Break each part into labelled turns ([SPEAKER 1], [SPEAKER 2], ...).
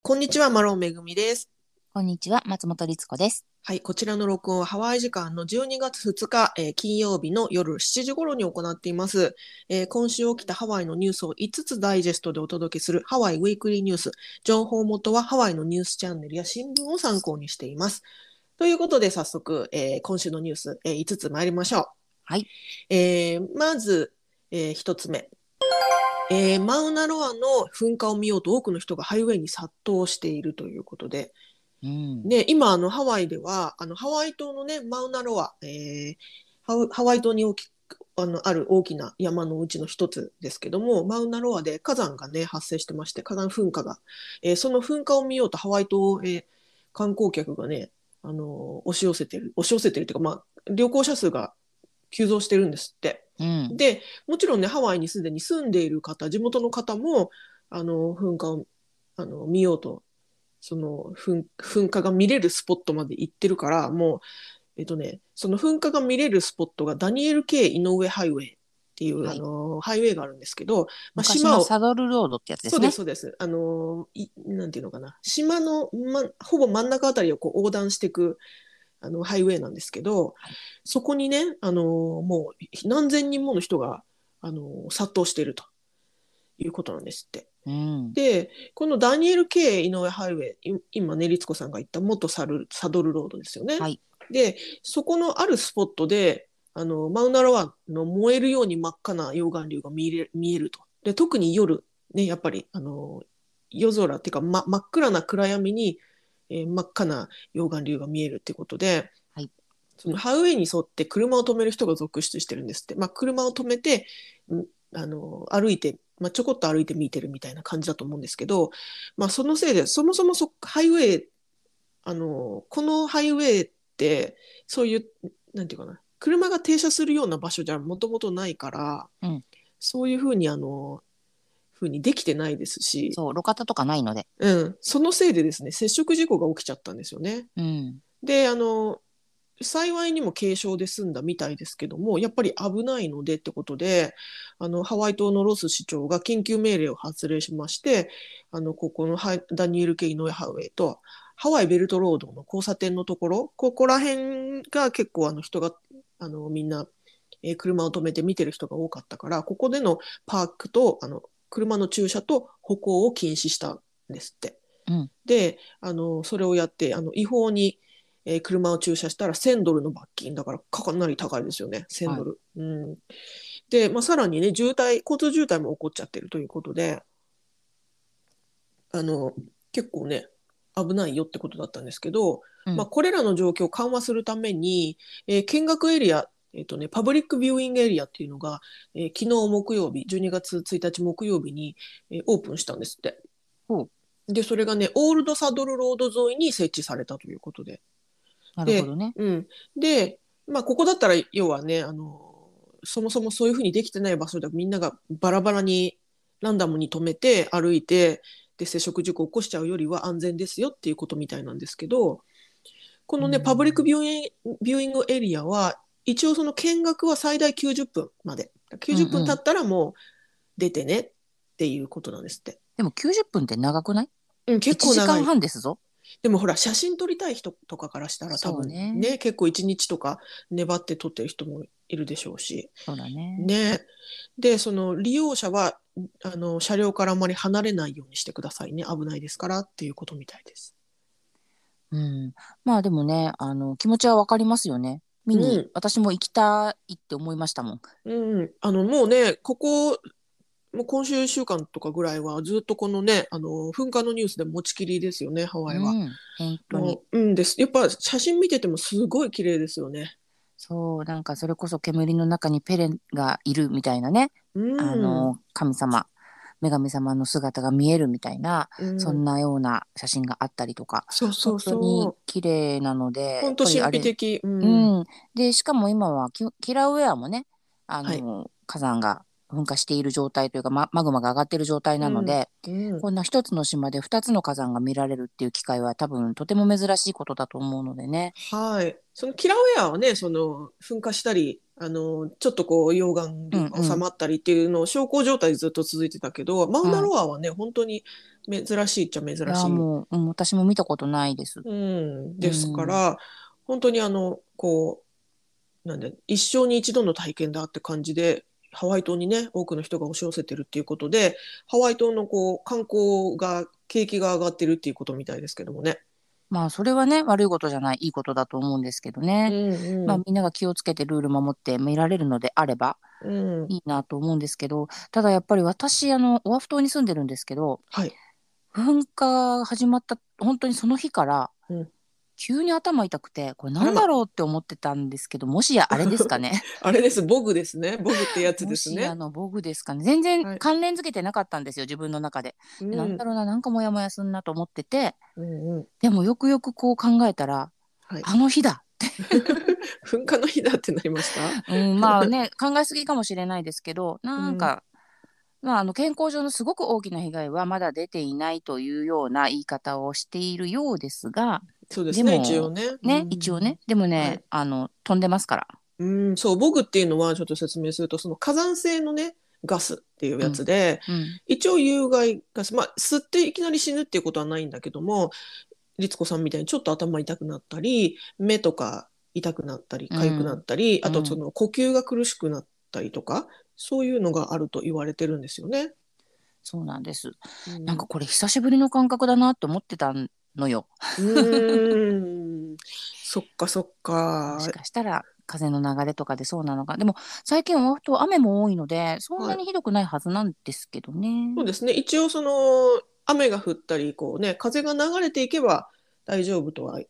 [SPEAKER 1] こんにちは、マロンめぐみです。
[SPEAKER 2] こんにちは、松本律子です。
[SPEAKER 1] はい、こちらの録音はハワイ時間の12月2日、えー金曜日の夜7時頃に行っています、えー今週起きたハワイのニュースを5つダイジェストでお届けするハワイウィークリーニュース。情報元はハワイのニュースチャンネルや新聞を参考にしています。ということで、早速、えー今週のニュース、えー5つ参りましょう。
[SPEAKER 2] はい。
[SPEAKER 1] えーまず、え1つ目。えーマウナロアの噴火を見ようと多くの人がハイウェイに殺到しているということで、
[SPEAKER 2] うん。
[SPEAKER 1] ね、今あのハワイではあのハワイ島のねマウナロア、えーハウハワイ島に大きくあのある大きな山のうちの一つですけどもマウナロアで火山がね発生してまして火山噴火が、えーその噴火を見ようとハワイ島を、えー観光客がね、あのー押し寄せてる押し寄せてるというか、まあ、旅行者数が急増してるんですって。
[SPEAKER 2] うん。
[SPEAKER 1] でもちろんねハワイにすでに住んでいる方地元の方もあの噴火をあの見ようとその噴噴火が見れるスポットまで行ってるからもうえっとねその噴火が見れるスポットがダニエル K 井上ハイウェイっていう、
[SPEAKER 2] はい
[SPEAKER 1] あのハイウェイがあるんですけど、まあ、
[SPEAKER 2] 昔
[SPEAKER 1] 島
[SPEAKER 2] の
[SPEAKER 1] を
[SPEAKER 2] サドルロードってやつで
[SPEAKER 1] そ
[SPEAKER 2] す
[SPEAKER 1] うで
[SPEAKER 2] ね。
[SPEAKER 1] すそうですあのいなんていうのかな島の、ま、ほぼ真ん中あたりをこう横断していくあのハイウェイなんですけど、
[SPEAKER 2] はい
[SPEAKER 1] そこにねあのもう何千人もの人があの殺到しているということなんですって。
[SPEAKER 2] うん。
[SPEAKER 1] でこのダニエル・ K 井上ハイウェイい今ね律子さんが言った元サルサドルロードですよね。
[SPEAKER 2] はい
[SPEAKER 1] でそこのあるスポットであのマウナロアの燃えるように真っ赤な溶岩流が見える見えると。で特に夜ねやっぱりあの夜空っていうか、ま、真っ暗な暗闇に、えー真っ赤な溶岩流が見えるってことで。
[SPEAKER 2] はい
[SPEAKER 1] そのハイウェイに沿って車を止める人が続出してるんですって、まあ、車を止めて、うんあの歩いて、まあ、ちょこっと歩いて見てるみたいな感じだと思うんですけど、まあ、そのせいでそもそもそハイウェイあのこのハイウェイってそういうなんていうかな車が停車するような場所じゃもともとないから、
[SPEAKER 2] うん
[SPEAKER 1] そういうふうにあのふうにできてないですし
[SPEAKER 2] そう、路肩とかないので。
[SPEAKER 1] う、ん、そのせいでですね接触事故が起きちゃったんですよね。
[SPEAKER 2] うん。
[SPEAKER 1] であの幸いにも軽傷で済んだみたいですけどもやっぱり危ないのでってことであのハワイ島のロス市長が緊急命令を発令しましてあのここのハイダニエル・ケイ・ノエハウェイとハワイベルトロードの交差点のところここら辺が結構あの人があのみんな、えー車を止めて見てる人が多かったからここでのパークとあの車の駐車と歩行を禁止したんですって。
[SPEAKER 2] うん
[SPEAKER 1] であのそれをやってあの違法にえー車を駐車したら1000ドルの罰金だからかなり高いですよね1000ドル。うん、で、まあ、さらにね渋滞交通渋滞も起こっちゃってるということであの結構ね危ないよってことだったんですけど、
[SPEAKER 2] うん
[SPEAKER 1] まあ、これらの状況を緩和するために、えー見学エリアえっとね、パブリックビューイングエリアっていうのが、えー昨日木曜日12月1日木曜日に、えーオープンしたんですって
[SPEAKER 2] ほう。
[SPEAKER 1] でそれがねオールドサドルロード沿いに設置されたということで
[SPEAKER 2] なるほどね。
[SPEAKER 1] うん、で、まあ、ここだったら要はねあのそもそもそういうふうにできてない場所でみんながバラバラにランダムに止めて歩いてで接触事故を起こしちゃうよりは安全ですよっていうことみたいなんですけどこのね、
[SPEAKER 2] うん
[SPEAKER 1] パブリックビューインビューイングエリアは一応その見学は最大90分まで90
[SPEAKER 2] うんう
[SPEAKER 1] 分
[SPEAKER 2] ん
[SPEAKER 1] 経ったらもう出てねっていうことなんですって。
[SPEAKER 2] でも90分って長くない
[SPEAKER 1] うん、
[SPEAKER 2] ?1
[SPEAKER 1] 結構
[SPEAKER 2] 時
[SPEAKER 1] 長い
[SPEAKER 2] 間半ですぞ。
[SPEAKER 1] でもほら写真撮りたい人とかからしたら多
[SPEAKER 2] そう
[SPEAKER 1] 分ね
[SPEAKER 2] ね
[SPEAKER 1] 結構一日とか粘って撮ってる人もいるでしょうし
[SPEAKER 2] そうだね。
[SPEAKER 1] ねでその利用者はあの車両からあまり離れないようにしてくださいね危ないですからっていうことみたいです。
[SPEAKER 2] うん。まあでもね、あの、気持ちはわかりますよね。見に、
[SPEAKER 1] うん
[SPEAKER 2] 私も行きたいって思いましたもん。
[SPEAKER 1] うん、あのもうねここもう今週1週間とかぐらいはずっとこのねあの噴火のニュースで持ちきりですよねハワイは。
[SPEAKER 2] うん。本当に。
[SPEAKER 1] もううんですやっぱ写真見ててもすごい綺麗ですよね。
[SPEAKER 2] そう、なんかそれこそ煙の中にペレがいるみたいなね。
[SPEAKER 1] うん、
[SPEAKER 2] あの、神様、女神様の姿が見えるみたいな。
[SPEAKER 1] うん
[SPEAKER 2] そんなような写真があったりとか、
[SPEAKER 1] そうそうそう
[SPEAKER 2] 本当に綺麗なので、
[SPEAKER 1] 本当
[SPEAKER 2] やっぱ
[SPEAKER 1] 神秘
[SPEAKER 2] りあれ
[SPEAKER 1] 的。う。
[SPEAKER 2] うんん、でしかも今はキキラウェアもね、あの、火山が噴火している状態というか、ママグマが上がっている状態なので、
[SPEAKER 1] うん
[SPEAKER 2] こんな一つの島で二つの火山が見られるっていう機会は多分とても珍しいことだと思うのでね。
[SPEAKER 1] はい。そのキラウェアはね、その噴火したり、あのちょっとこう溶岩流が収まったりっていうのを小康状態でずっと続いてたけど、マウナロアはね、本当に珍しいっちゃ珍しい。
[SPEAKER 2] いやもう、うん、私も見たことないです。
[SPEAKER 1] うん、ですから、本当にあのこうなんで一生に一度の体験だって感じでハワイ島にね多くの人が押し寄せてるっていうことでハワイ島のこう観光が景気が上がってるっていうことみたいですけどもね。
[SPEAKER 2] まあそれはね悪いことじゃないいいことだと思うんですけど
[SPEAKER 1] う
[SPEAKER 2] ね、
[SPEAKER 1] んうん
[SPEAKER 2] まあ、みんなが気をつけてルール守って見られるのであれば
[SPEAKER 1] うん
[SPEAKER 2] いいなと思うんですけどただやっぱり私あのオアフ島に住んでるんですけど
[SPEAKER 1] はい、
[SPEAKER 2] 噴火が始まった本当にその日から、
[SPEAKER 1] うん
[SPEAKER 2] 急に頭痛くてこれなんだろうって思ってたんですけどもしやあれです かね
[SPEAKER 1] あれですボグですねボグってやつで
[SPEAKER 2] も
[SPEAKER 1] す
[SPEAKER 2] しやあ
[SPEAKER 1] ね。
[SPEAKER 2] の僕ですかね全然
[SPEAKER 1] はい
[SPEAKER 2] 関連づけてなかったんですよ自分の中で、
[SPEAKER 1] うん
[SPEAKER 2] なんだろうななんかモヤモヤすんなと思ってて
[SPEAKER 1] うんうん
[SPEAKER 2] でもよくよくこう考えたら
[SPEAKER 1] はい、
[SPEAKER 2] あの日だ
[SPEAKER 1] 噴火の日だってなりました。
[SPEAKER 2] うん、ま あね考えすぎかもしれないですけどなんか、まあ、あの健康上のすごく大きな被害はまだ出ていないというような言い方をしているようですが
[SPEAKER 1] そうですね
[SPEAKER 2] でも
[SPEAKER 1] 一応ね。
[SPEAKER 2] ね、
[SPEAKER 1] うん
[SPEAKER 2] 一応ねでもね、
[SPEAKER 1] はい
[SPEAKER 2] あの飛んでますから。
[SPEAKER 1] うん、そう、ボグっていうのはちょっと説明すると、その火山性のね、ガスっていうやつで、
[SPEAKER 2] うん
[SPEAKER 1] 一応有害ガス、まあ、吸っていきなり死ぬっていうことはないんだけども、律子さんみたいにちょっと頭痛くなったり、目とか痛くなったり、痒くなったり、
[SPEAKER 2] ん
[SPEAKER 1] あとその呼吸が苦しくなったりとか、そういうのがあると言われてるんですよね。
[SPEAKER 2] そうなんです、
[SPEAKER 1] う
[SPEAKER 2] なんかこれ久しぶりの感覚だなって思ってたのよ
[SPEAKER 1] うーん、そっかそっか
[SPEAKER 2] も。しかしたら風の流れとかでそうなのかでも最近オフと雨も多いのでそんなにひどくないはずなんですけどね、
[SPEAKER 1] そうですね。一応その雨が降ったりこうね風が流れていけば大丈夫とは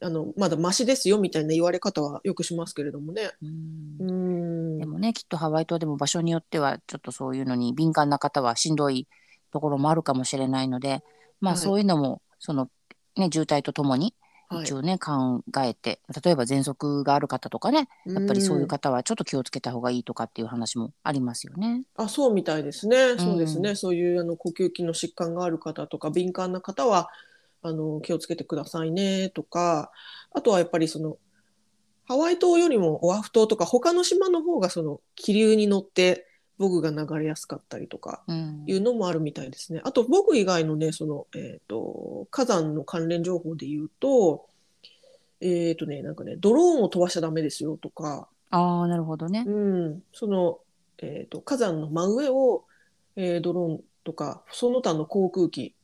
[SPEAKER 1] あのまだマシですよみたいな言われ方はよくしますけれどもね。
[SPEAKER 2] うん
[SPEAKER 1] うーん
[SPEAKER 2] でもねきっとハワイ島でも場所によってはちょっとそういうのに敏感な方はしんどいところもあるかもしれないのでまあ
[SPEAKER 1] はい
[SPEAKER 2] そういうのも、そのね渋滞とともに
[SPEAKER 1] はい
[SPEAKER 2] 一応ね、考えて例えば喘息がある方とかねやっぱりそういう方はちょっと気をつけた方がいいとかっていう話もありますよね。
[SPEAKER 1] うんあそうみたいですね。
[SPEAKER 2] ん
[SPEAKER 1] そうですね。そういうあの呼吸器の疾患がある方とか敏感な方はあの気をつけてくださいねとかあとはやっぱりそのハワイ島よりもオアフ島とか他の島の方がその気流に乗って僕が流れやすかったりとか
[SPEAKER 2] うん
[SPEAKER 1] いうのもあるみたいですね。あと僕以外のねその、えー、と火山の関連情報で言うと,、えーとね、なんかねドローンを飛ばしちゃダメですよとか、
[SPEAKER 2] ああなるほどね
[SPEAKER 1] う。んそのえー、と火山の真上を、えードローンとかその他の航空機、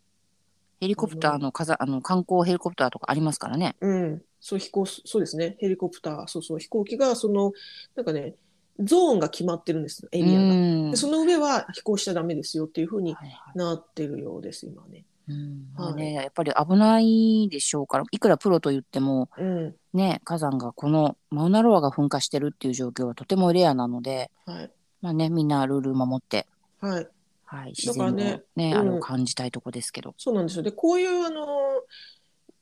[SPEAKER 2] ヘリコプターの風あの観光ヘリコプターとかありますからね。
[SPEAKER 1] うん、そう飛行そうですねヘリコプターそうそう飛行機がそのなんかねゾーンが決まってるんですエ
[SPEAKER 2] う
[SPEAKER 1] リアが。
[SPEAKER 2] ん
[SPEAKER 1] でその上は飛行しちゃダメですよっていうふうに
[SPEAKER 2] はいはい
[SPEAKER 1] なってるようです今ね。
[SPEAKER 2] うんまあ
[SPEAKER 1] はい
[SPEAKER 2] ねやっぱり危ないでしょうからいくらプロと言っても
[SPEAKER 1] うん
[SPEAKER 2] ね、火山がこのマウナロアが噴火してるっていう状況はとてもレアなので、
[SPEAKER 1] はい
[SPEAKER 2] まあね、みんなルール守って、
[SPEAKER 1] はい
[SPEAKER 2] はい、自
[SPEAKER 1] だか
[SPEAKER 2] 然
[SPEAKER 1] ら
[SPEAKER 2] を
[SPEAKER 1] ね
[SPEAKER 2] ね
[SPEAKER 1] うん
[SPEAKER 2] あの感じたいとこですけど。
[SPEAKER 1] そうなんですよ。で、こういうあの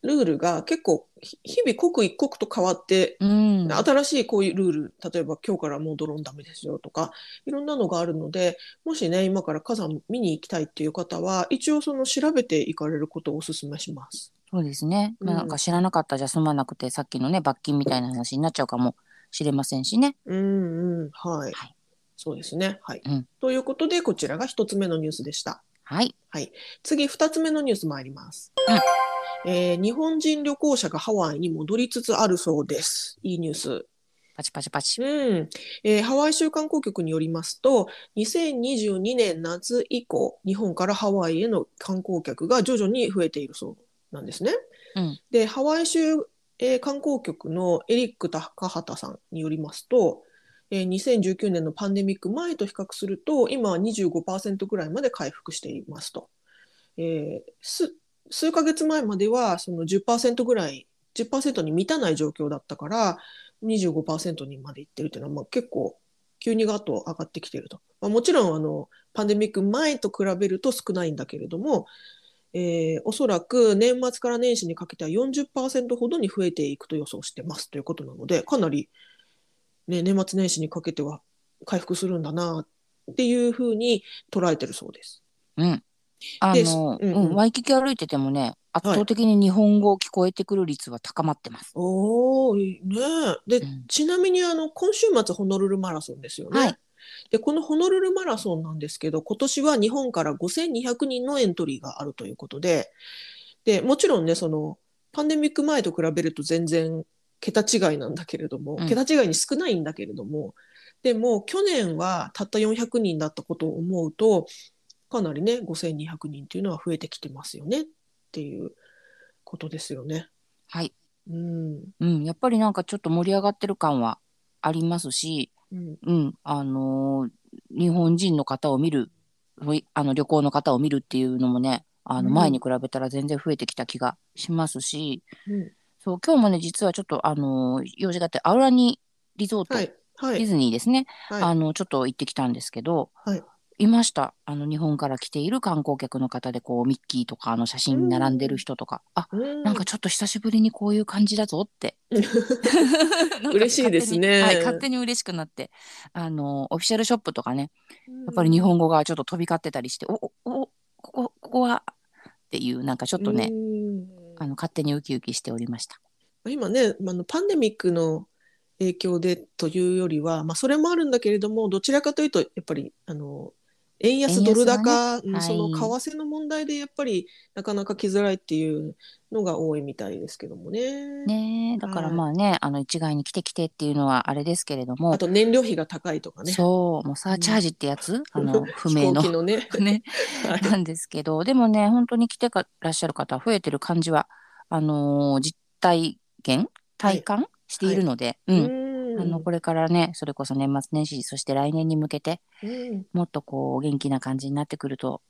[SPEAKER 1] ルールが結構ひ日々刻一刻と変わって、
[SPEAKER 2] うん、
[SPEAKER 1] 新しいこういうルール、例えば今日からもうドローンダメですよとか、いろんなのがあるので、もしね、今から火山見に行きたいっていう方は、一応その調べていかれることをお勧めします。
[SPEAKER 2] そうですね、まあ、
[SPEAKER 1] うん
[SPEAKER 2] なんか知らなかったじゃ済まなくてさっきのね罰金みたいな話になっちゃうかもしれませんしね。
[SPEAKER 1] うんうん、はい。
[SPEAKER 2] はい
[SPEAKER 1] そうですね。はい。
[SPEAKER 2] うん
[SPEAKER 1] ということで、こちらが一つ目のニュースでした。
[SPEAKER 2] はい、
[SPEAKER 1] 次、二つ目のニュース参ります。えー日本人旅行者がハワイに戻りつつあるそうです。いいニュース。
[SPEAKER 2] パチパチパチ。
[SPEAKER 1] うんえーハワイ州観光局によりますと、2022年夏以降、日本からハワイへの観光客が徐々に増えているそうなんですね。
[SPEAKER 2] うん
[SPEAKER 1] で、ハワイ州、えー観光局のエリック・高畑さんによりますと、えー2019年のパンデミック前と比較すると、今は25%ぐらいまで回復していますと。えーす数ヶ月前まではその10%ぐらい、10%に満たない状況だったから、25%にまでいってるっていうのは、まあ、結構急にガッと上がってきてると、まあ、もちろんあのパンデミック前と比べると少ないんだけれども、えーおそらく年末から年始にかけては40%ほどに増えていくと予想してますということなのでかなり、ね、年末年始にかけては回復するんだなっていうふうに捉えてるそうです。
[SPEAKER 2] うん、あ
[SPEAKER 1] でう
[SPEAKER 2] の、うんん
[SPEAKER 1] うん
[SPEAKER 2] ワイキキ歩いててもね圧倒的に日本語を聞こえてくる率は高まってます。
[SPEAKER 1] おーいいねえで、
[SPEAKER 2] うん
[SPEAKER 1] ちなみにあの今週末ホノルルマラソンですよね。
[SPEAKER 2] はい
[SPEAKER 1] で、このホノルルマラソンなんですけど、今年は日本から5200人のエントリーがあるということで、で、もちろんね、その、パンデミック前と比べると全然桁違いなんだけれども、
[SPEAKER 2] うん
[SPEAKER 1] 桁違いに少ないんだけれども、でも去年はたった400人だったことを思うと、かなりね、5200人っていうのは増えてきてますよねっていうことですよね。
[SPEAKER 2] はい、
[SPEAKER 1] うん。
[SPEAKER 2] うん、やっぱりなんかちょっと盛り上がってる感はありますし、
[SPEAKER 1] うん。
[SPEAKER 2] うん、あのー日本人の方を見るほいあの旅行の方を見るっていうのもねあの
[SPEAKER 1] うん
[SPEAKER 2] 前に比べたら全然増えてきた気がしますし、
[SPEAKER 1] うん
[SPEAKER 2] そう今日もね実はちょっと、あのー用事があってアウラニリゾート、
[SPEAKER 1] はい。は
[SPEAKER 2] ディ
[SPEAKER 1] い。
[SPEAKER 2] ズニーですね、
[SPEAKER 1] はい
[SPEAKER 2] あのちょっと行ってきたんですけど、
[SPEAKER 1] はい
[SPEAKER 2] いましたあの日本から来ている観光客の方でこうミッキーとかの写真に並んでる人とか、あ
[SPEAKER 1] うん
[SPEAKER 2] なんかちょっと久しぶりにこういう感じだぞ って。なんか
[SPEAKER 1] 嬉しいですね
[SPEAKER 2] 勝手にはい、勝手に嬉しくなって、あの、オフィシャルショップとかね、や
[SPEAKER 1] や
[SPEAKER 2] っぱり日本語がちょっと飛び交ってたりして、お、お、お、ここ、ここは、っていう、なんかちょっとね、
[SPEAKER 1] うん
[SPEAKER 2] あの、勝手にウキウキしておりました。
[SPEAKER 1] 今ね、まああのパンデミックの影響でというよりは、まあ、それもあるんだけれども、どちらかというと、やっぱりあの円安
[SPEAKER 2] 円安
[SPEAKER 1] ドル高、うん
[SPEAKER 2] はい
[SPEAKER 1] その為替の問題でやっぱりなかなか来づらいっていうのが多いみたいですけどもね。
[SPEAKER 2] ねえだから
[SPEAKER 1] はい
[SPEAKER 2] まあね、あの、一概に来て来てっていうのはあれですけれども
[SPEAKER 1] あ、と燃料費が高いとかね。
[SPEAKER 2] そう、もうサーチャージってやつ、あの、不明の
[SPEAKER 1] 飛行機。のね。
[SPEAKER 2] ね、
[SPEAKER 1] はい
[SPEAKER 2] なんですけど、でもね、本当に来てからっしゃる方増えてる感じは、あのー実体験、体感、しているので、うん。
[SPEAKER 1] うん
[SPEAKER 2] あのこれからねそれこそ年末年始そして来年に向けて
[SPEAKER 1] うん
[SPEAKER 2] もっとこう元気な感じになってくると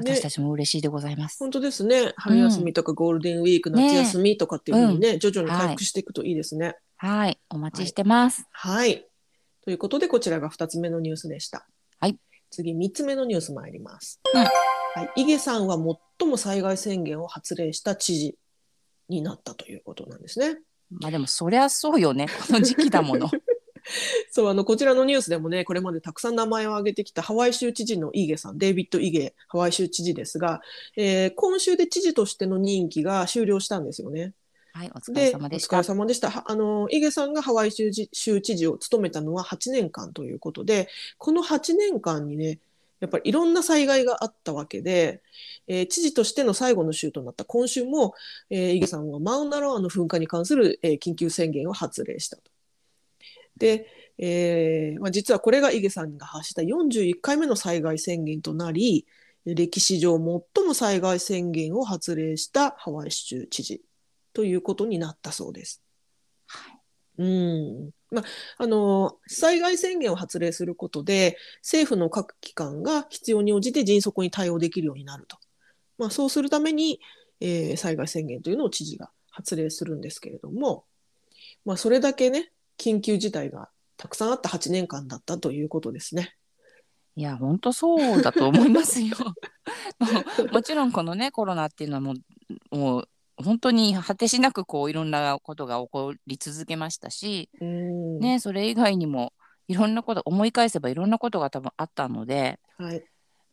[SPEAKER 1] ね
[SPEAKER 2] 私たちも嬉しいでございます。
[SPEAKER 1] 本当ですね。春休みとかゴールデンウィーク、
[SPEAKER 2] ね
[SPEAKER 1] 夏休みとかっていうふうにね、徐々に回復していくといいですね。
[SPEAKER 2] はいお待ちしてます。
[SPEAKER 1] はい。ということで、こちらが2つ目のニュースでした。
[SPEAKER 2] はい。
[SPEAKER 1] 次、3つ目のニュース参ります。
[SPEAKER 2] うん
[SPEAKER 1] はい。イゲさんは最も災害宣言を発令した知事になったということなんですね。
[SPEAKER 2] まあでもそりゃそうよねこの時期だ もの。
[SPEAKER 1] そう、あの、こちらのニュースでもね、これまでたくさん名前を挙げてきたハワイ州知事のイゲさん、デイビッド・イゲハワイ州知事ですが、えー今週で知事としての任期が終了したんですよね。
[SPEAKER 2] はいお疲れ
[SPEAKER 1] で、お
[SPEAKER 2] 様でし
[SPEAKER 1] 疲
[SPEAKER 2] た。
[SPEAKER 1] れ様でした。はあの、イゲさんがハワイ州知州知事を務めたのは8年間ということで、この8年間にね、やっぱりいろんな災害があったわけで、えー知事としての最後の週となった今週も、えー、イゲさんはマウナロアの噴火に関する、えー緊急宣言を発令したと。で、えーまあ、実はこれがイゲさんが発した41回目の災害宣言となり、歴史上最も災害宣言を発令したハワイ州知事ということになったそうです。うんまあ、あの災害宣言を発令することで政府の各機関が必要に応じて迅速に対応できるようになると、まあ、そうするために、えー災害宣言というのを知事が発令するんですけれども、まあ、それだけね緊急事態がたくさんあった8年間だったということですね。
[SPEAKER 2] いや本当そうだと思いますよ。 もうもちろんこのねコロナっていうのはもうもう本当に果てしなくこういろんなことが起こり続けましたし、
[SPEAKER 1] うん
[SPEAKER 2] ね、それ以外にもいろんなこと思い返せばいろんなことが多分あったので
[SPEAKER 1] はい、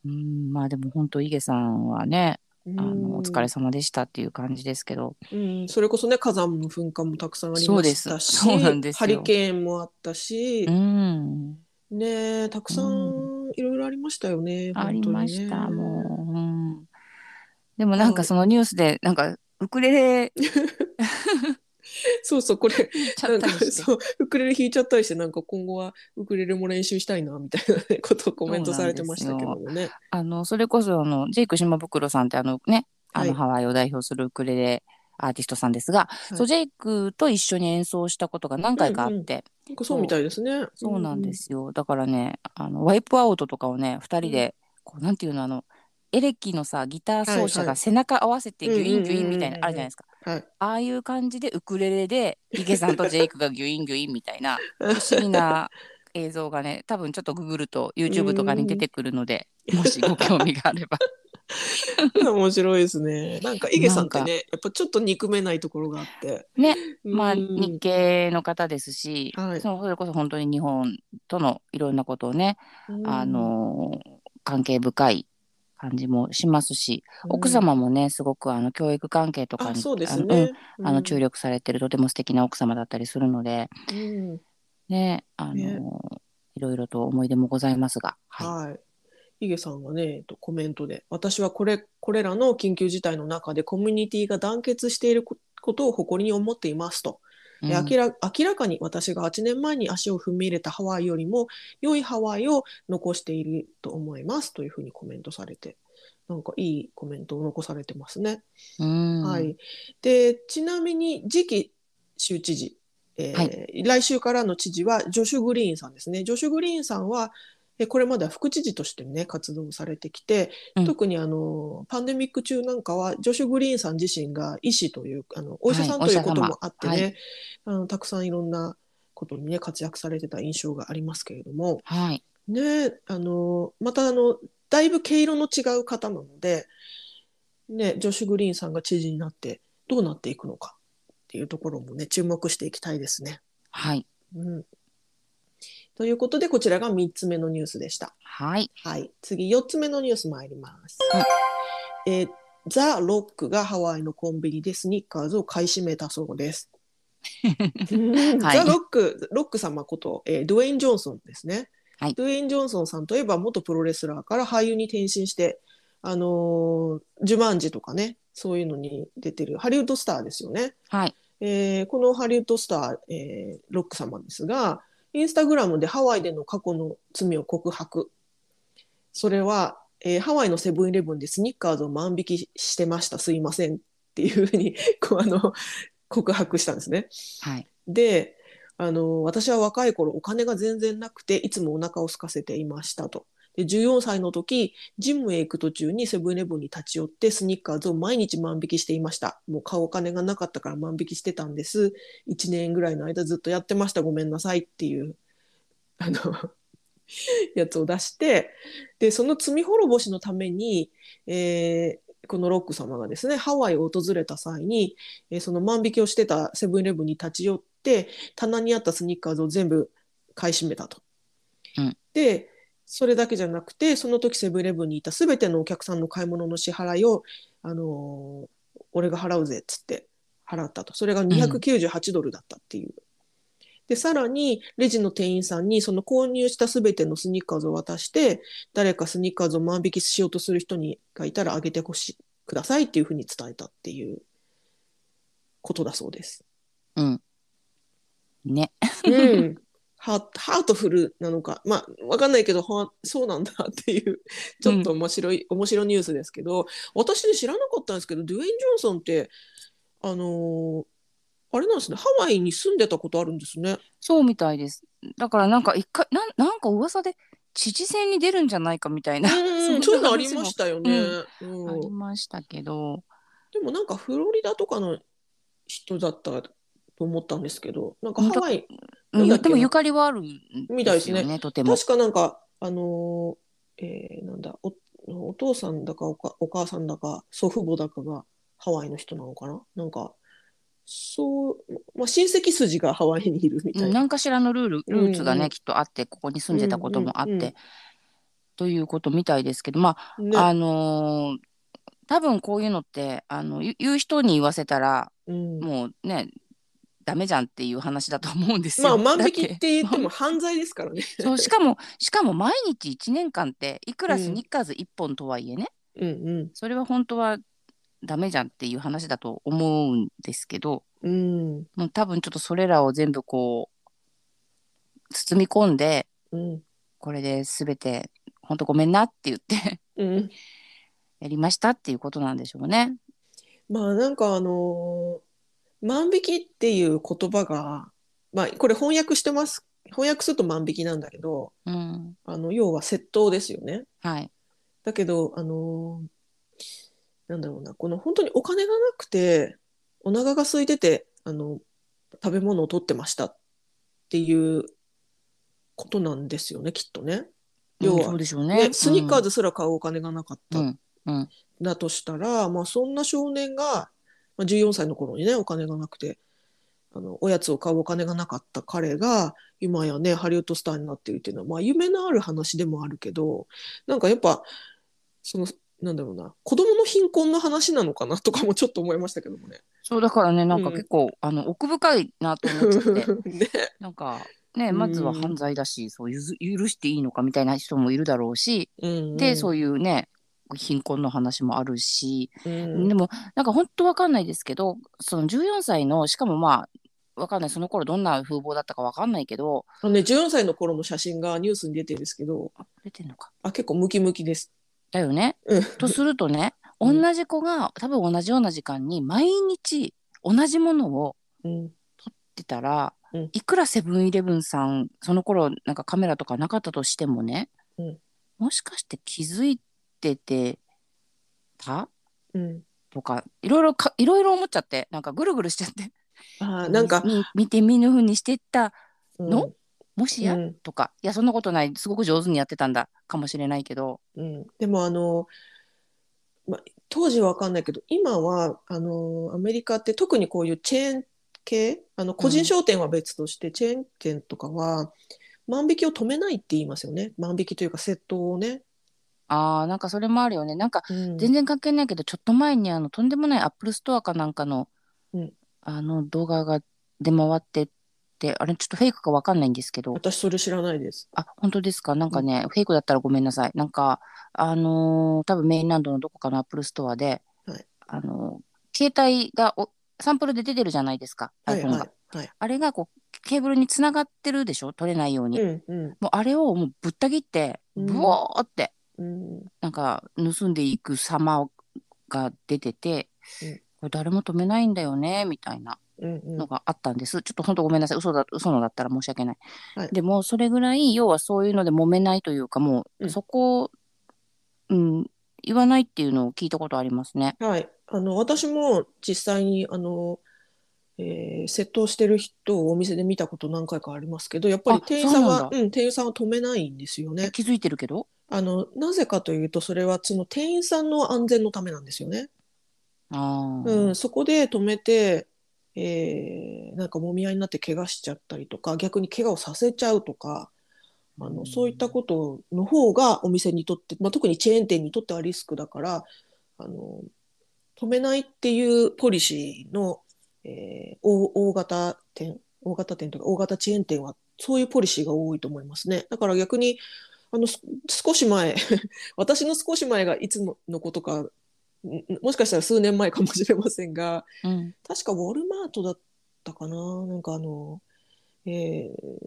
[SPEAKER 2] うんまあでも本当イゲさんはねあ
[SPEAKER 1] うん
[SPEAKER 2] のお疲れ様でしたっていう感じですけど
[SPEAKER 1] うん、それこそね火山の噴火もたくさんありましたし
[SPEAKER 2] そうですそうなんですよ
[SPEAKER 1] ハリケーンもあったし
[SPEAKER 2] う、ん
[SPEAKER 1] ねえたくさんいろいろありましたよね、
[SPEAKER 2] あ
[SPEAKER 1] 本
[SPEAKER 2] り
[SPEAKER 1] 当にね
[SPEAKER 2] ましたもう、うん、でもなんかそのニュースでなんかウクレレ
[SPEAKER 1] そうそうこれ
[SPEAKER 2] ち
[SPEAKER 1] な
[SPEAKER 2] ゃっ
[SPEAKER 1] ん
[SPEAKER 2] た
[SPEAKER 1] か
[SPEAKER 2] りして
[SPEAKER 1] そうウクレレ弾いちゃったりしてなんか今後はウクレレも練習したいなみたいなねことをコメントされてましたけどもね
[SPEAKER 2] あのそれこそあのジェイク島袋さんってあのねあ
[SPEAKER 1] はい
[SPEAKER 2] のハワイを代表するウクレレアーティストさんですが、
[SPEAKER 1] い
[SPEAKER 2] そうジェイクと一緒に演奏したことが何回かあって、
[SPEAKER 1] うんうんなんかそうみたいですね
[SPEAKER 2] そうなんで、すよ、だからねあのワイプアウトとかをね2人でこうなんていうのあのエレキのさギター奏者
[SPEAKER 1] はいは
[SPEAKER 2] が
[SPEAKER 1] い
[SPEAKER 2] 背中合わせてギュインギュインみたい
[SPEAKER 1] うんうんうんうんう
[SPEAKER 2] なんあるじゃないですか
[SPEAKER 1] はい
[SPEAKER 2] ああいう感じでウクレレでイケさんとジェイクがギュインギュインみたいな不思議な映像がね多分ちょっとググると YouTube とかに出てくるのでもしご興味があれば
[SPEAKER 1] 面白いですねなんかイゲさんって
[SPEAKER 2] なんか
[SPEAKER 1] ねやっぱちょっと憎めないところがあって
[SPEAKER 2] ね
[SPEAKER 1] うん
[SPEAKER 2] まあ日系の方ですし、
[SPEAKER 1] はい
[SPEAKER 2] そのそれこそ本当に日本とのいろんなことをね、あの関係深い感じもしますし
[SPEAKER 1] うん
[SPEAKER 2] 奥様もねすごくあの教育関係とか
[SPEAKER 1] あ
[SPEAKER 2] に
[SPEAKER 1] そうです
[SPEAKER 2] あのう
[SPEAKER 1] ね
[SPEAKER 2] んあの注力されてるとても素敵な奥様だったりするので
[SPEAKER 1] うん
[SPEAKER 2] ねあの、
[SPEAKER 1] ね
[SPEAKER 2] いいろいろと思い出もございますが、はい、
[SPEAKER 1] はい。ヒゲさんがね、えっと、コメントで、私はこれ、これらの緊急事態の中でコミュニティが団結しているこことを誇りに思っていますと。で
[SPEAKER 2] うん
[SPEAKER 1] 明ら明らかに私が8年前に足を踏み入れたハワイよりも良いハワイを残していると思いますというふうにコメントされてなんかいいコメントを残されてますね。
[SPEAKER 2] うん
[SPEAKER 1] はい、でちなみに次期州知事、えー
[SPEAKER 2] は
[SPEAKER 1] 来週からの知事はジョシュ・グリーンさんですね。ジョシュ・グリーンさんはえこれまでは副知事としてね活動されてきて、
[SPEAKER 2] うん
[SPEAKER 1] 特にあのパンデミック中なんかはジョシュ・グリーンさん自身が医師というあのお医者さん
[SPEAKER 2] はい
[SPEAKER 1] という
[SPEAKER 2] お医者
[SPEAKER 1] こ
[SPEAKER 2] 様
[SPEAKER 1] ともあってね、
[SPEAKER 2] はい
[SPEAKER 1] あのたくさんいろんなことにね活躍されてた印象がありますけれども、
[SPEAKER 2] はい
[SPEAKER 1] ねあのまたあのだいぶ毛色の違う方なので、ね、ジョシュ・グリーンさんが知事になってどうなっていくのかっていうところもね注目していきたいですね。
[SPEAKER 2] はい
[SPEAKER 1] うん、ということでこちらが3つ目のニュースでした。
[SPEAKER 2] はい
[SPEAKER 1] はい、次4つ目のニュース参ります。
[SPEAKER 2] はい
[SPEAKER 1] えーザ・ロックがハワイのコンビニでスニッカーズを買い占めたそう です。
[SPEAKER 2] はい
[SPEAKER 1] ザ・ロック、ロック様こと、えードウェイン・ジョンソンですね、
[SPEAKER 2] はい
[SPEAKER 1] ドウェイン・ジョンソンさんといえば元プロレスラーから俳優に転身して、あのージュマンジとかね、そういうのに出てるハリウッドスターですよね。
[SPEAKER 2] はい
[SPEAKER 1] えーこのハリウッドスター、えーロック様ですが、インスタグラムでハワイでの過去の罪を告白。それは、えーハワイのセブンイレブンでスニッカーズを万引きしてました、すいませんっていうふうにこうあの告白したんですね。
[SPEAKER 2] はい
[SPEAKER 1] であの私は若い頃お金が全然なくていつもお腹を空かせていましたと。で14歳の時ジムへ行く途中にセブンイレブンに立ち寄ってスニッカーズを毎日万引きしていましたもう買うお金がなかったから万引きしてたんです1年ぐらいの間ずっとやってましたごめんなさいっていうあのやつを出してでその罪滅ぼしのために、えーこのロック様がですねハワイを訪れた際に、えーその万引きをしてたセブンイレブンに立ち寄って棚にあったスニッカーズを全部買い占めたと。
[SPEAKER 2] うん
[SPEAKER 1] でそれだけじゃなくてその時セブンイレブンにいた全てのお客さんの買い物の支払いを、あのー俺が払うぜっつって払ったとそれが298ドルだったっていう。でさらにレジの店員さんにその購入した全てのスニッカーズを渡して誰かスニッカーズを万引きしようとする人にがいたらあげてほしいくださいっていうふうに伝えたっていうことだそうです。
[SPEAKER 2] ね
[SPEAKER 1] うん、 ハハートフルなのかまあわかんないけどはそうなんだっていう ちょっと面白い、面白いニュースですけど私ね知らなかったんですけどドゥエイン・ジョンソンってあのーあれなんですねハワイに住んでたことあるんですね。
[SPEAKER 2] そうみたいですだからなんか一回なんなんか噂で知事選に出るんじゃないかみたいな、
[SPEAKER 1] うん、そうい
[SPEAKER 2] そ
[SPEAKER 1] うんの
[SPEAKER 2] な
[SPEAKER 1] あ
[SPEAKER 2] 話も
[SPEAKER 1] りましたよね。
[SPEAKER 2] あ
[SPEAKER 1] うん
[SPEAKER 2] りましたけど
[SPEAKER 1] でもなんかフロリダとかの人だったと思ったんですけどなんかハワイ
[SPEAKER 2] うん
[SPEAKER 1] なんだっけな
[SPEAKER 2] でもゆかりはあるん
[SPEAKER 1] みたいですね
[SPEAKER 2] とても
[SPEAKER 1] 確かなんかあのーえーなんだおお父さんだかおかお母さんだか祖父母だかがハワイの人なのかななんかそう、まあ、親戚筋がハワイにいるみた
[SPEAKER 2] う
[SPEAKER 1] い
[SPEAKER 2] ん
[SPEAKER 1] な。
[SPEAKER 2] 何かしらのルールルーツがね、
[SPEAKER 1] うんうん
[SPEAKER 2] きっとあってここに住んでたこともあって、
[SPEAKER 1] うんうんうん
[SPEAKER 2] ということみたいですけどまあ、
[SPEAKER 1] ね
[SPEAKER 2] あのー多分こういうのってあの言う言う人に言わせたら
[SPEAKER 1] うん、
[SPEAKER 2] もうねダメじゃんっていう話だと思うんです
[SPEAKER 1] まあ
[SPEAKER 2] よ。
[SPEAKER 1] 万引き
[SPEAKER 2] だ
[SPEAKER 1] って言っても犯罪ですからね。
[SPEAKER 2] そうし かもしかも毎日1年間っていくら
[SPEAKER 1] うん
[SPEAKER 2] スニッカーズ1本とはいえね、
[SPEAKER 1] うん
[SPEAKER 2] それは本当はダメじゃんっていう話だと思うんですけど
[SPEAKER 1] うんうん
[SPEAKER 2] もう多分ちょっとそれらを全部こう包み込んで
[SPEAKER 1] うん
[SPEAKER 2] これで全て本当ごめんなって言って
[SPEAKER 1] うん
[SPEAKER 2] やりましたっていうことなんでしょうね。
[SPEAKER 1] まあなんかあのー万引きっていう言葉が、まあこれ翻訳してます。翻訳すると万引きなんだけど、
[SPEAKER 2] うん、
[SPEAKER 1] あの要は窃盗ですよね。
[SPEAKER 2] はい、
[SPEAKER 1] だけど、あのーなんだろうな、この本当にお金がなくて、お腹が空いてて、あの、食べ物を取ってましたっていうことなんですよね、きっとね。要
[SPEAKER 2] うん
[SPEAKER 1] は
[SPEAKER 2] そうでしょうね。
[SPEAKER 1] ね、スニッカーズすら買うお金がなかっ
[SPEAKER 2] う
[SPEAKER 1] た
[SPEAKER 2] ん、うん
[SPEAKER 1] だとしたら、まあ、そんな少年が、まあ、14歳の頃にねお金がなくてあのおやつを買うお金がなかった彼が今やねハリウッドスターになっているっていうのは、まあ、夢のある話でもあるけどなんかやっぱそのなんだろうな子供の貧困の話なのかなとかもちょっと思いましたけどもね。
[SPEAKER 2] そうだからねなん
[SPEAKER 1] う
[SPEAKER 2] か
[SPEAKER 1] ん
[SPEAKER 2] 結構、あの奥深いなと思っちゃって
[SPEAKER 1] ね
[SPEAKER 2] なんかね、まずは
[SPEAKER 1] うん
[SPEAKER 2] 犯罪だし、そうゆず許していいのかみたいな人もいるだろうし、
[SPEAKER 1] うん
[SPEAKER 2] で、そういうね、貧困の話もあるし、でも、なんか本当わかんないですけど、その14歳の、しかもまあ、わかんない、その頃どんな風貌だったかわかんないけど、
[SPEAKER 1] あのね、14歳の頃の写真がニュースに出てるんですけど、
[SPEAKER 2] あ出てんのか。
[SPEAKER 1] あ、結構ムキムキです。
[SPEAKER 2] だよね。
[SPEAKER 1] うん
[SPEAKER 2] とするとね、
[SPEAKER 1] うん
[SPEAKER 2] 同じ子が多分同じような時間に毎日同じものを
[SPEAKER 1] うん、
[SPEAKER 2] ってたら、
[SPEAKER 1] うん
[SPEAKER 2] いくらセブンイレブンさんその頃なんかカメラとかなかったとしてもね、
[SPEAKER 1] うん
[SPEAKER 2] もしかして気づいててた
[SPEAKER 1] うん。
[SPEAKER 2] とかいろいろかいろいろ思っちゃってなんかぐるぐるしちゃって
[SPEAKER 1] あーなんか、
[SPEAKER 2] み見て見ぬふうにしてった
[SPEAKER 1] うん
[SPEAKER 2] のもしや、
[SPEAKER 1] うん
[SPEAKER 2] とかいやそんなことないすごく上手にやってたんだかもしれないけど
[SPEAKER 1] うん、でもあの、ま、当時は分かんないけど今はあのアメリカって特にこういうチェーン系あの個人商店は別として、チェーン店とかは万引きを止めないって言いますよね万引きというか窃盗をね。
[SPEAKER 2] あーなんかそれもあるよねなんか
[SPEAKER 1] うん
[SPEAKER 2] 全然関係ないけど、ちょっと前にあのとんでもないアップルストアかなんかの、
[SPEAKER 1] うん
[SPEAKER 2] あの動画が出回ってってあれちょっとフェイクかわかんないんですけど
[SPEAKER 1] 私それ知らないです。
[SPEAKER 2] あ本当ですかなんかね、フェイクだったらごめんなさいなんかあのー多分メインランドのどこかのアップルストアで、
[SPEAKER 1] はい
[SPEAKER 2] あのー携帯がおサンプルで出てるじゃないですか iPhone が、
[SPEAKER 1] はいはいはい。
[SPEAKER 2] あれがこうケーブルにつながってるでしょ取れないように、
[SPEAKER 1] うんう
[SPEAKER 2] もうあれをもうぶった切って
[SPEAKER 1] うん
[SPEAKER 2] ブワーって
[SPEAKER 1] んうん
[SPEAKER 2] なんか盗んでいく様が出てて、
[SPEAKER 1] うん
[SPEAKER 2] これ誰も止めないんだよねみたいな
[SPEAKER 1] うんう
[SPEAKER 2] の
[SPEAKER 1] ん
[SPEAKER 2] があったんです、ちょっと本当ごめんなさい嘘だ嘘のだったら申し訳ない、
[SPEAKER 1] はい
[SPEAKER 2] でもそれぐらい要はそういうので揉めないというかも
[SPEAKER 1] う
[SPEAKER 2] うんそこを、うん言わないっていうのを聞いたことありますね。
[SPEAKER 1] はい、あの私も実際にあの、えー窃盗してる人をお店で見たこと何回かありますけどやっぱり
[SPEAKER 2] あ
[SPEAKER 1] 店員さん
[SPEAKER 2] そ
[SPEAKER 1] は
[SPEAKER 2] うなん
[SPEAKER 1] う、ん、店員さんは止めないんですよね
[SPEAKER 2] 気づいてるけど
[SPEAKER 1] あのなぜかというとそれはその店員さんの安全のためなんですよね、
[SPEAKER 2] あー、
[SPEAKER 1] うん、そこで止めて、えーなんかもみ合いになって怪我しちゃったりとか逆に怪我をさせちゃうとかあのそういったことの方がお店にとって、まあ、特にチェーン店にとってはリスクだからあの止めないっていうポリシーの、えー大大型店大型店というか大型チェーン店はそういうポリシーが多いと思いますね。だから逆にあのす少し前 私の少し前がいつものことかんもしかしたら数年前かもしれませんが
[SPEAKER 2] うん
[SPEAKER 1] 確かウォルマートだったかななんかあの、えー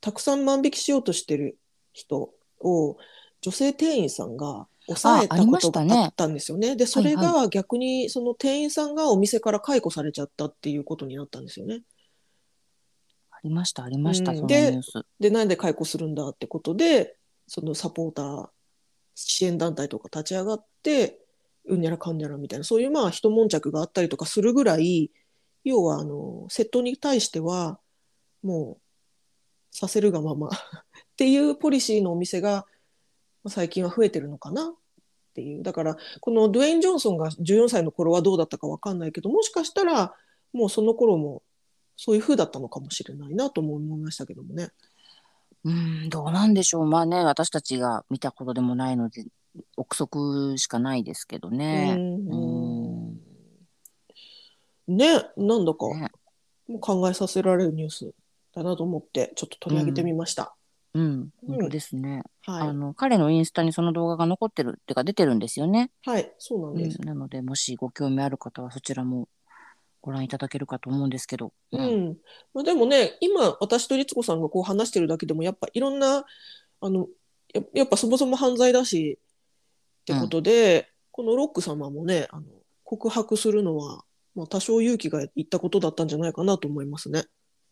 [SPEAKER 1] たくさん万引きしようとしてる人を女性店員さんが抑え
[SPEAKER 2] ああ
[SPEAKER 1] た
[SPEAKER 2] り
[SPEAKER 1] こ
[SPEAKER 2] ま
[SPEAKER 1] と
[SPEAKER 2] した
[SPEAKER 1] が
[SPEAKER 2] ね
[SPEAKER 1] あったんですよね。でそれ
[SPEAKER 2] は
[SPEAKER 1] が逆にその店員さんがお店から解雇されちゃったっていうことになったんですよね。
[SPEAKER 2] ありましたありました、
[SPEAKER 1] うん
[SPEAKER 2] そのニ
[SPEAKER 1] で
[SPEAKER 2] ュース。
[SPEAKER 1] でなんで解雇するんだってことでそのサポーター支援団体とか立ち上がってうんにゃらかんにゃらみたいなそういうまあ一悶着があったりとかするぐらい要はあの窃盗に対してはもうさせるがままっていうポリシーのお店がまあ最近は増えてるのかなっていうだからこのドゥエイン・ジョンソンが14歳の頃はどうだったかわかんないけどもしかしたらもうその頃もそういう風だったのかもしれないなとも思いましたけどもね。
[SPEAKER 2] うん、どうなんでしょう。まあね、私たちが見たことでもないので、憶測しかないですけど
[SPEAKER 1] う
[SPEAKER 2] ね。
[SPEAKER 1] ん
[SPEAKER 2] うん
[SPEAKER 1] ね、なんだか、
[SPEAKER 2] ね
[SPEAKER 1] もう考えさせられるニュースだなと思って、ちょっと取り上げてみました。
[SPEAKER 2] うん、
[SPEAKER 1] うん
[SPEAKER 2] 本当ですね、あ
[SPEAKER 1] は
[SPEAKER 2] の。彼のインスタにその動画が残ってるっていうか出てるんですよね。
[SPEAKER 1] い、はい、そうなん
[SPEAKER 2] う
[SPEAKER 1] です
[SPEAKER 2] ん、。なので、もしご興味ある方はそちらもご覧いただけるかと思うんですけど。
[SPEAKER 1] う
[SPEAKER 2] うん
[SPEAKER 1] ん、まあ、でもね、今、私と律子さんがこう話してるだけでも、やっぱいろんな、あの、ややっぱそもそも犯罪だし。ってことで、このロック様もね、あの、告白するのは、まあ、多少勇気がいったことだったんじゃないかなと思いますね。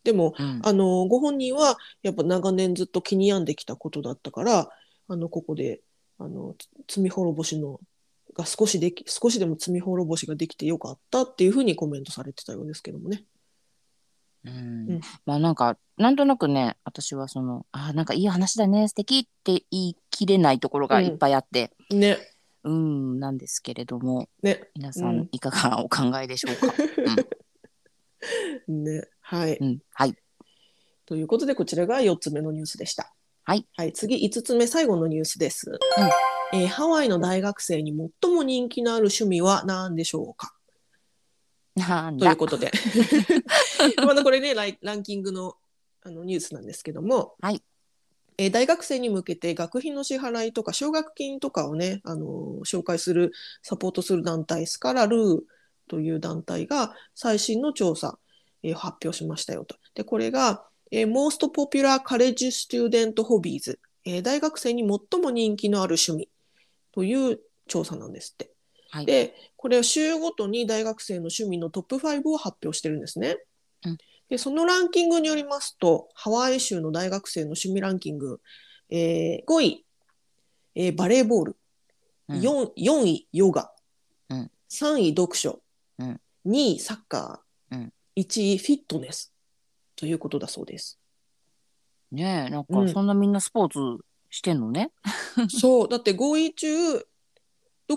[SPEAKER 1] でも、
[SPEAKER 2] うん
[SPEAKER 1] あのご本人はやっぱ長年ずっと気に病んできたことだったからあのここであのつ罪滅ぼしのが少しでき少しでも罪滅ぼしができてよかったっていうふうにコメントされてたようですけどもね。
[SPEAKER 2] うん
[SPEAKER 1] うん
[SPEAKER 2] まあなんか、なんとなくね、私はその、ああ、なんかいい話だね、素敵って言い切れないところがいっぱいあって、
[SPEAKER 1] ね
[SPEAKER 2] うん、なんですけれども、
[SPEAKER 1] ね
[SPEAKER 2] 皆さ
[SPEAKER 1] うんん
[SPEAKER 2] いかがお考えでしょう か。
[SPEAKER 1] ねはい、
[SPEAKER 2] うん、はい。
[SPEAKER 1] ということでこちらが4つ目のニュースでした。
[SPEAKER 2] はい、
[SPEAKER 1] 次5つ目最後のニュースです、えーハワイの大学生に最も人気のある趣味は何でしょうか
[SPEAKER 2] なん
[SPEAKER 1] とい
[SPEAKER 2] だ
[SPEAKER 1] うことでまだこれねライランキングのあのニュースなんですけども、
[SPEAKER 2] はい
[SPEAKER 1] えー大学生に向けて学費の支払いとか奨学金とかをね、あのー紹介するサポートする団体スカラルーという団体が最新の調査、えー発表しましたよと。でこれが、えー Most Popular College Student Hobbies、えー大学生に最も人気のある趣味という調査なんですって。
[SPEAKER 2] はい
[SPEAKER 1] でこれを週ごとに大学生の趣味のトップ5を発表してるんですね。
[SPEAKER 2] うん
[SPEAKER 1] でそのランキングによりますとハワイ州の大学生の趣味ランキング、えー5位、えーバレーボール、
[SPEAKER 2] うん
[SPEAKER 1] 4, 4位ヨガ、
[SPEAKER 2] うん
[SPEAKER 1] 3位読書、
[SPEAKER 2] うん
[SPEAKER 1] 2位サッカー、
[SPEAKER 2] うん
[SPEAKER 1] 1位フィットネスということだそうです。
[SPEAKER 2] ねえなん
[SPEAKER 1] う
[SPEAKER 2] か
[SPEAKER 1] ん
[SPEAKER 2] そんなみんなスポーツしてんのね。
[SPEAKER 1] そうだって5位中読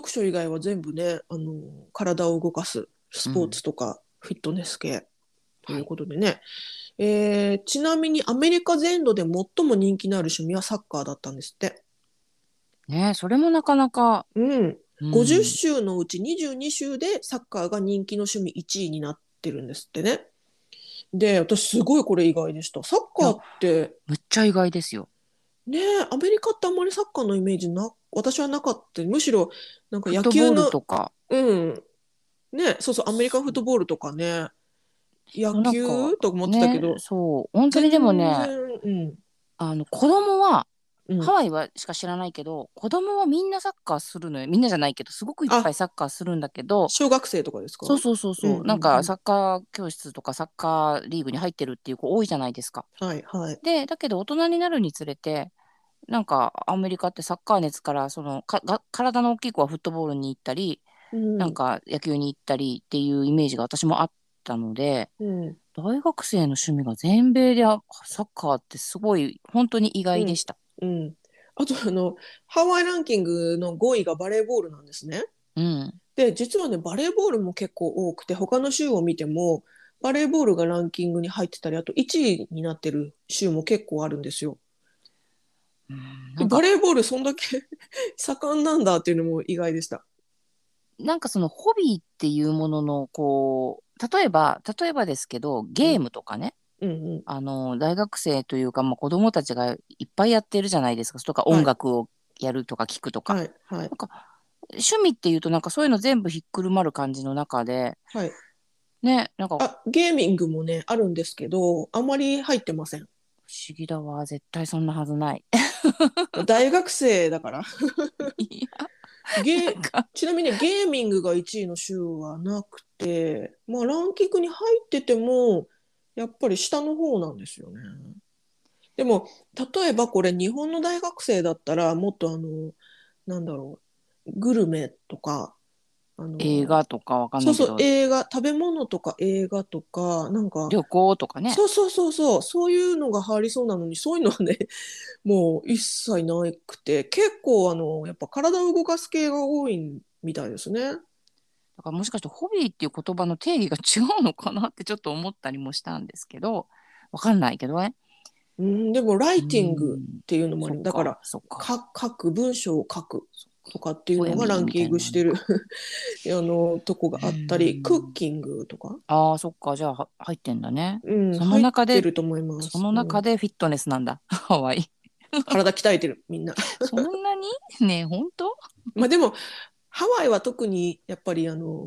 [SPEAKER 1] 書以外は全部ねあの体を動かすスポーツとかフィットネス系、ということでね、えーちなみにアメリカ全土で最も人気のある趣味はサッカーだったんですって、
[SPEAKER 2] ねえそれもなかなか。
[SPEAKER 1] うん、
[SPEAKER 2] うん
[SPEAKER 1] 50州のうち22州でサッカーが人気の趣味1位になってるんですってねで私すごいこれ意外でしたサッカーって
[SPEAKER 2] むっちゃ意外ですよ。
[SPEAKER 1] ねえアメリカってあんまりサッカーのイメージな私はなかったむしろなんか
[SPEAKER 2] フッ
[SPEAKER 1] 野
[SPEAKER 2] ト
[SPEAKER 1] 球
[SPEAKER 2] ボー
[SPEAKER 1] の
[SPEAKER 2] ルとか。
[SPEAKER 1] うん。ね、そうそう、アメリカンフットボールとかね、野
[SPEAKER 2] なん
[SPEAKER 1] 球
[SPEAKER 2] か
[SPEAKER 1] と思ってたけど
[SPEAKER 2] ね、そう本当にでもね
[SPEAKER 1] 全
[SPEAKER 2] あの子供は
[SPEAKER 1] 然、うん、うん
[SPEAKER 2] ハ、ワイはしか知らないけど子供はみんなサッカーするのよみんなじゃないけどすごくいっぱいサッカーするんだけど
[SPEAKER 1] 小学生とかですか
[SPEAKER 2] そうそうそうそう、
[SPEAKER 1] うんうんうん
[SPEAKER 2] なんかサッカー教室とかサッカーリーグに入ってるっていう子多いじゃないですか。
[SPEAKER 1] はいはい。
[SPEAKER 2] でだけど大人になるにつれてなんかアメリカってサッカー熱からそのかが体の大きい子はフットボールに行ったり、
[SPEAKER 1] うん
[SPEAKER 2] なん、か野球に行ったりっていうイメージが私もあったので
[SPEAKER 1] うん、
[SPEAKER 2] 大学生の趣味が全米であサッカーってすごい本当に意外でした。
[SPEAKER 1] うん。あとあの、ハワイランキングの5位がバレーボールなんですね。
[SPEAKER 2] うん、
[SPEAKER 1] で、実はね、バレーボールも結構多くて、他の州を見ても、バレーボールがランキングに入ってたり、あと1位になってる州も結構あるんですよ。
[SPEAKER 2] うん、なんか
[SPEAKER 1] バレーボールそんだけ 盛んなんだっていうのも意外でした。
[SPEAKER 2] なんかそのホビーっていうもののこう例えば例えばですけどゲームとかね、
[SPEAKER 1] うんうん。
[SPEAKER 2] あの大学生というか、まあ、子供たちがいっぱいやってるじゃないですかとか
[SPEAKER 1] はい
[SPEAKER 2] 音楽をやるとか聞くとか、
[SPEAKER 1] はいはい
[SPEAKER 2] 趣味っていうとなんかそういうの全部ひっくるまる感じの中で
[SPEAKER 1] はい。
[SPEAKER 2] ねなんか不思
[SPEAKER 1] あゲーミングもねあるんですけどあんまり入ってません
[SPEAKER 2] 議だわ絶対そんなはずない。
[SPEAKER 1] 大学生だから
[SPEAKER 2] いや
[SPEAKER 1] ゲ
[SPEAKER 2] なんか
[SPEAKER 1] ちなみにゲーミングが1位の州はなくて、まあ、ランキングに入っててもやっぱり下の方なんですよねでも例えばこれ日本の大学生だったらもっとあのなんだろうグルメとかあの
[SPEAKER 2] 映画とかわかん
[SPEAKER 1] そ
[SPEAKER 2] な
[SPEAKER 1] う
[SPEAKER 2] いけど
[SPEAKER 1] そう映画食べ物とか映画とかなんか
[SPEAKER 2] 旅行とかね
[SPEAKER 1] そうそうそうそうそういうのが入りそうなのにそういうのはね もう一切なくて結構あのやっぱ体を動かす系が多いみたいですね。
[SPEAKER 2] だからもしかしてホビーっていう言葉の定義が違うのかなってちょっと思ったりもしたんですけどわかんないけどね。
[SPEAKER 1] うん、でもライティングっていうのもあ
[SPEAKER 2] そ
[SPEAKER 1] る
[SPEAKER 2] っ
[SPEAKER 1] だから
[SPEAKER 2] そっか
[SPEAKER 1] か書く文章を書くとかっていうのがランキングしてる あのとこがあった
[SPEAKER 2] う
[SPEAKER 1] り
[SPEAKER 2] ん
[SPEAKER 1] クッキングとか、
[SPEAKER 2] ああそっかじゃあは入ってんだね
[SPEAKER 1] うん、
[SPEAKER 2] その中で
[SPEAKER 1] 入ってると思います。
[SPEAKER 2] その中
[SPEAKER 1] で、
[SPEAKER 2] でフィットネスなんだ ハワイ
[SPEAKER 1] 体鍛えてるみんな。
[SPEAKER 2] そんなに ねえ本当
[SPEAKER 1] まあでもハワイは特にやっぱりあの、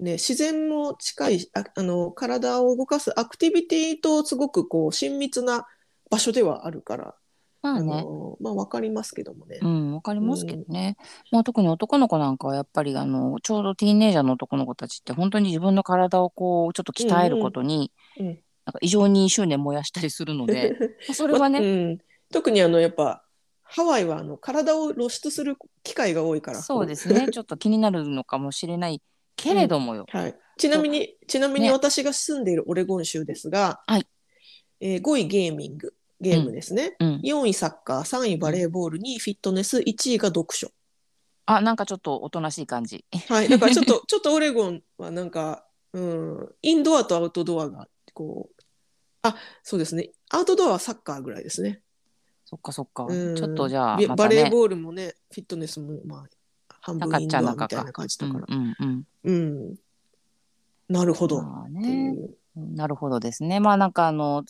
[SPEAKER 1] ね、自然も近いしああの体を動かすアクティビティとすごくこう親密な場所ではあるから、
[SPEAKER 2] まあ
[SPEAKER 1] あ
[SPEAKER 2] ね
[SPEAKER 1] のまあ、わかりますけどもね
[SPEAKER 2] う。んわかりますけどね、まあ特に男の子なんかはやっぱりあのちょうどティーンエイジャーの男の子たちって本当に自分の体をこうちょっと鍛えることに、
[SPEAKER 1] うんうんうん
[SPEAKER 2] なんか異常に執念燃やしたりする のでまあそれはね、
[SPEAKER 1] うん、特にあのやっぱハワイはあの体を露出する機会が多いから
[SPEAKER 2] そうで すねちょっと気になるのかもしれないけれどもよ、
[SPEAKER 1] はい、ちなみにちなみに
[SPEAKER 2] ね
[SPEAKER 1] 私が住んでいるオレゴン州ですが、
[SPEAKER 2] はい
[SPEAKER 1] えー5位ゲーミングゲームですね、
[SPEAKER 2] うん
[SPEAKER 1] 4位サッカー3位バレーボール2位フィットネス1位が読書
[SPEAKER 2] あなんかちょっとおとなしい感じ
[SPEAKER 1] はい、だからちょっ とちょっとオレゴンはなんか、うん、インドアとアウトドアがこうあそうですねアウトドアはサッカーぐらいですね。
[SPEAKER 2] そっかそっか、
[SPEAKER 1] うん
[SPEAKER 2] ちょっとじゃあ
[SPEAKER 1] ビ
[SPEAKER 2] ま
[SPEAKER 1] バ
[SPEAKER 2] た
[SPEAKER 1] レ
[SPEAKER 2] ね
[SPEAKER 1] ーボールもねフィットネスもまあ半分インドアみたいな感じだから。
[SPEAKER 2] うんうんうん
[SPEAKER 1] うん、なるほどっ
[SPEAKER 2] まあ
[SPEAKER 1] てい
[SPEAKER 2] ね、
[SPEAKER 1] う。
[SPEAKER 2] なるほどですね。まあなんかあの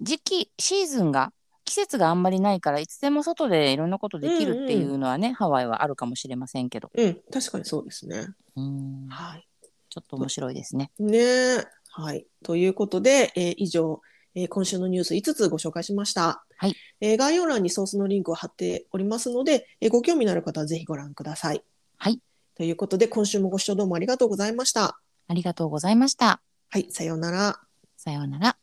[SPEAKER 2] 時期シーズンが季節があんまりないからいつでも外でいろんなことできるっていうのはね、ハワイはあるかもしれませんけど、
[SPEAKER 1] うん、確かにそうですね。
[SPEAKER 2] うん、
[SPEAKER 1] はい。
[SPEAKER 2] ちょっと面白いですね。
[SPEAKER 1] ねえはい。ということで、えー以上、えー今週のニュース5つご紹介しました。
[SPEAKER 2] はい
[SPEAKER 1] えー概要欄にソースのリンクを貼っておりますので、えーご興味のある方はぜひご覧ください。
[SPEAKER 2] はい。
[SPEAKER 1] ということで、今週もご視聴どうもありがとうございました。
[SPEAKER 2] ありがとうございました。
[SPEAKER 1] はい、さようなら。
[SPEAKER 2] さようなら。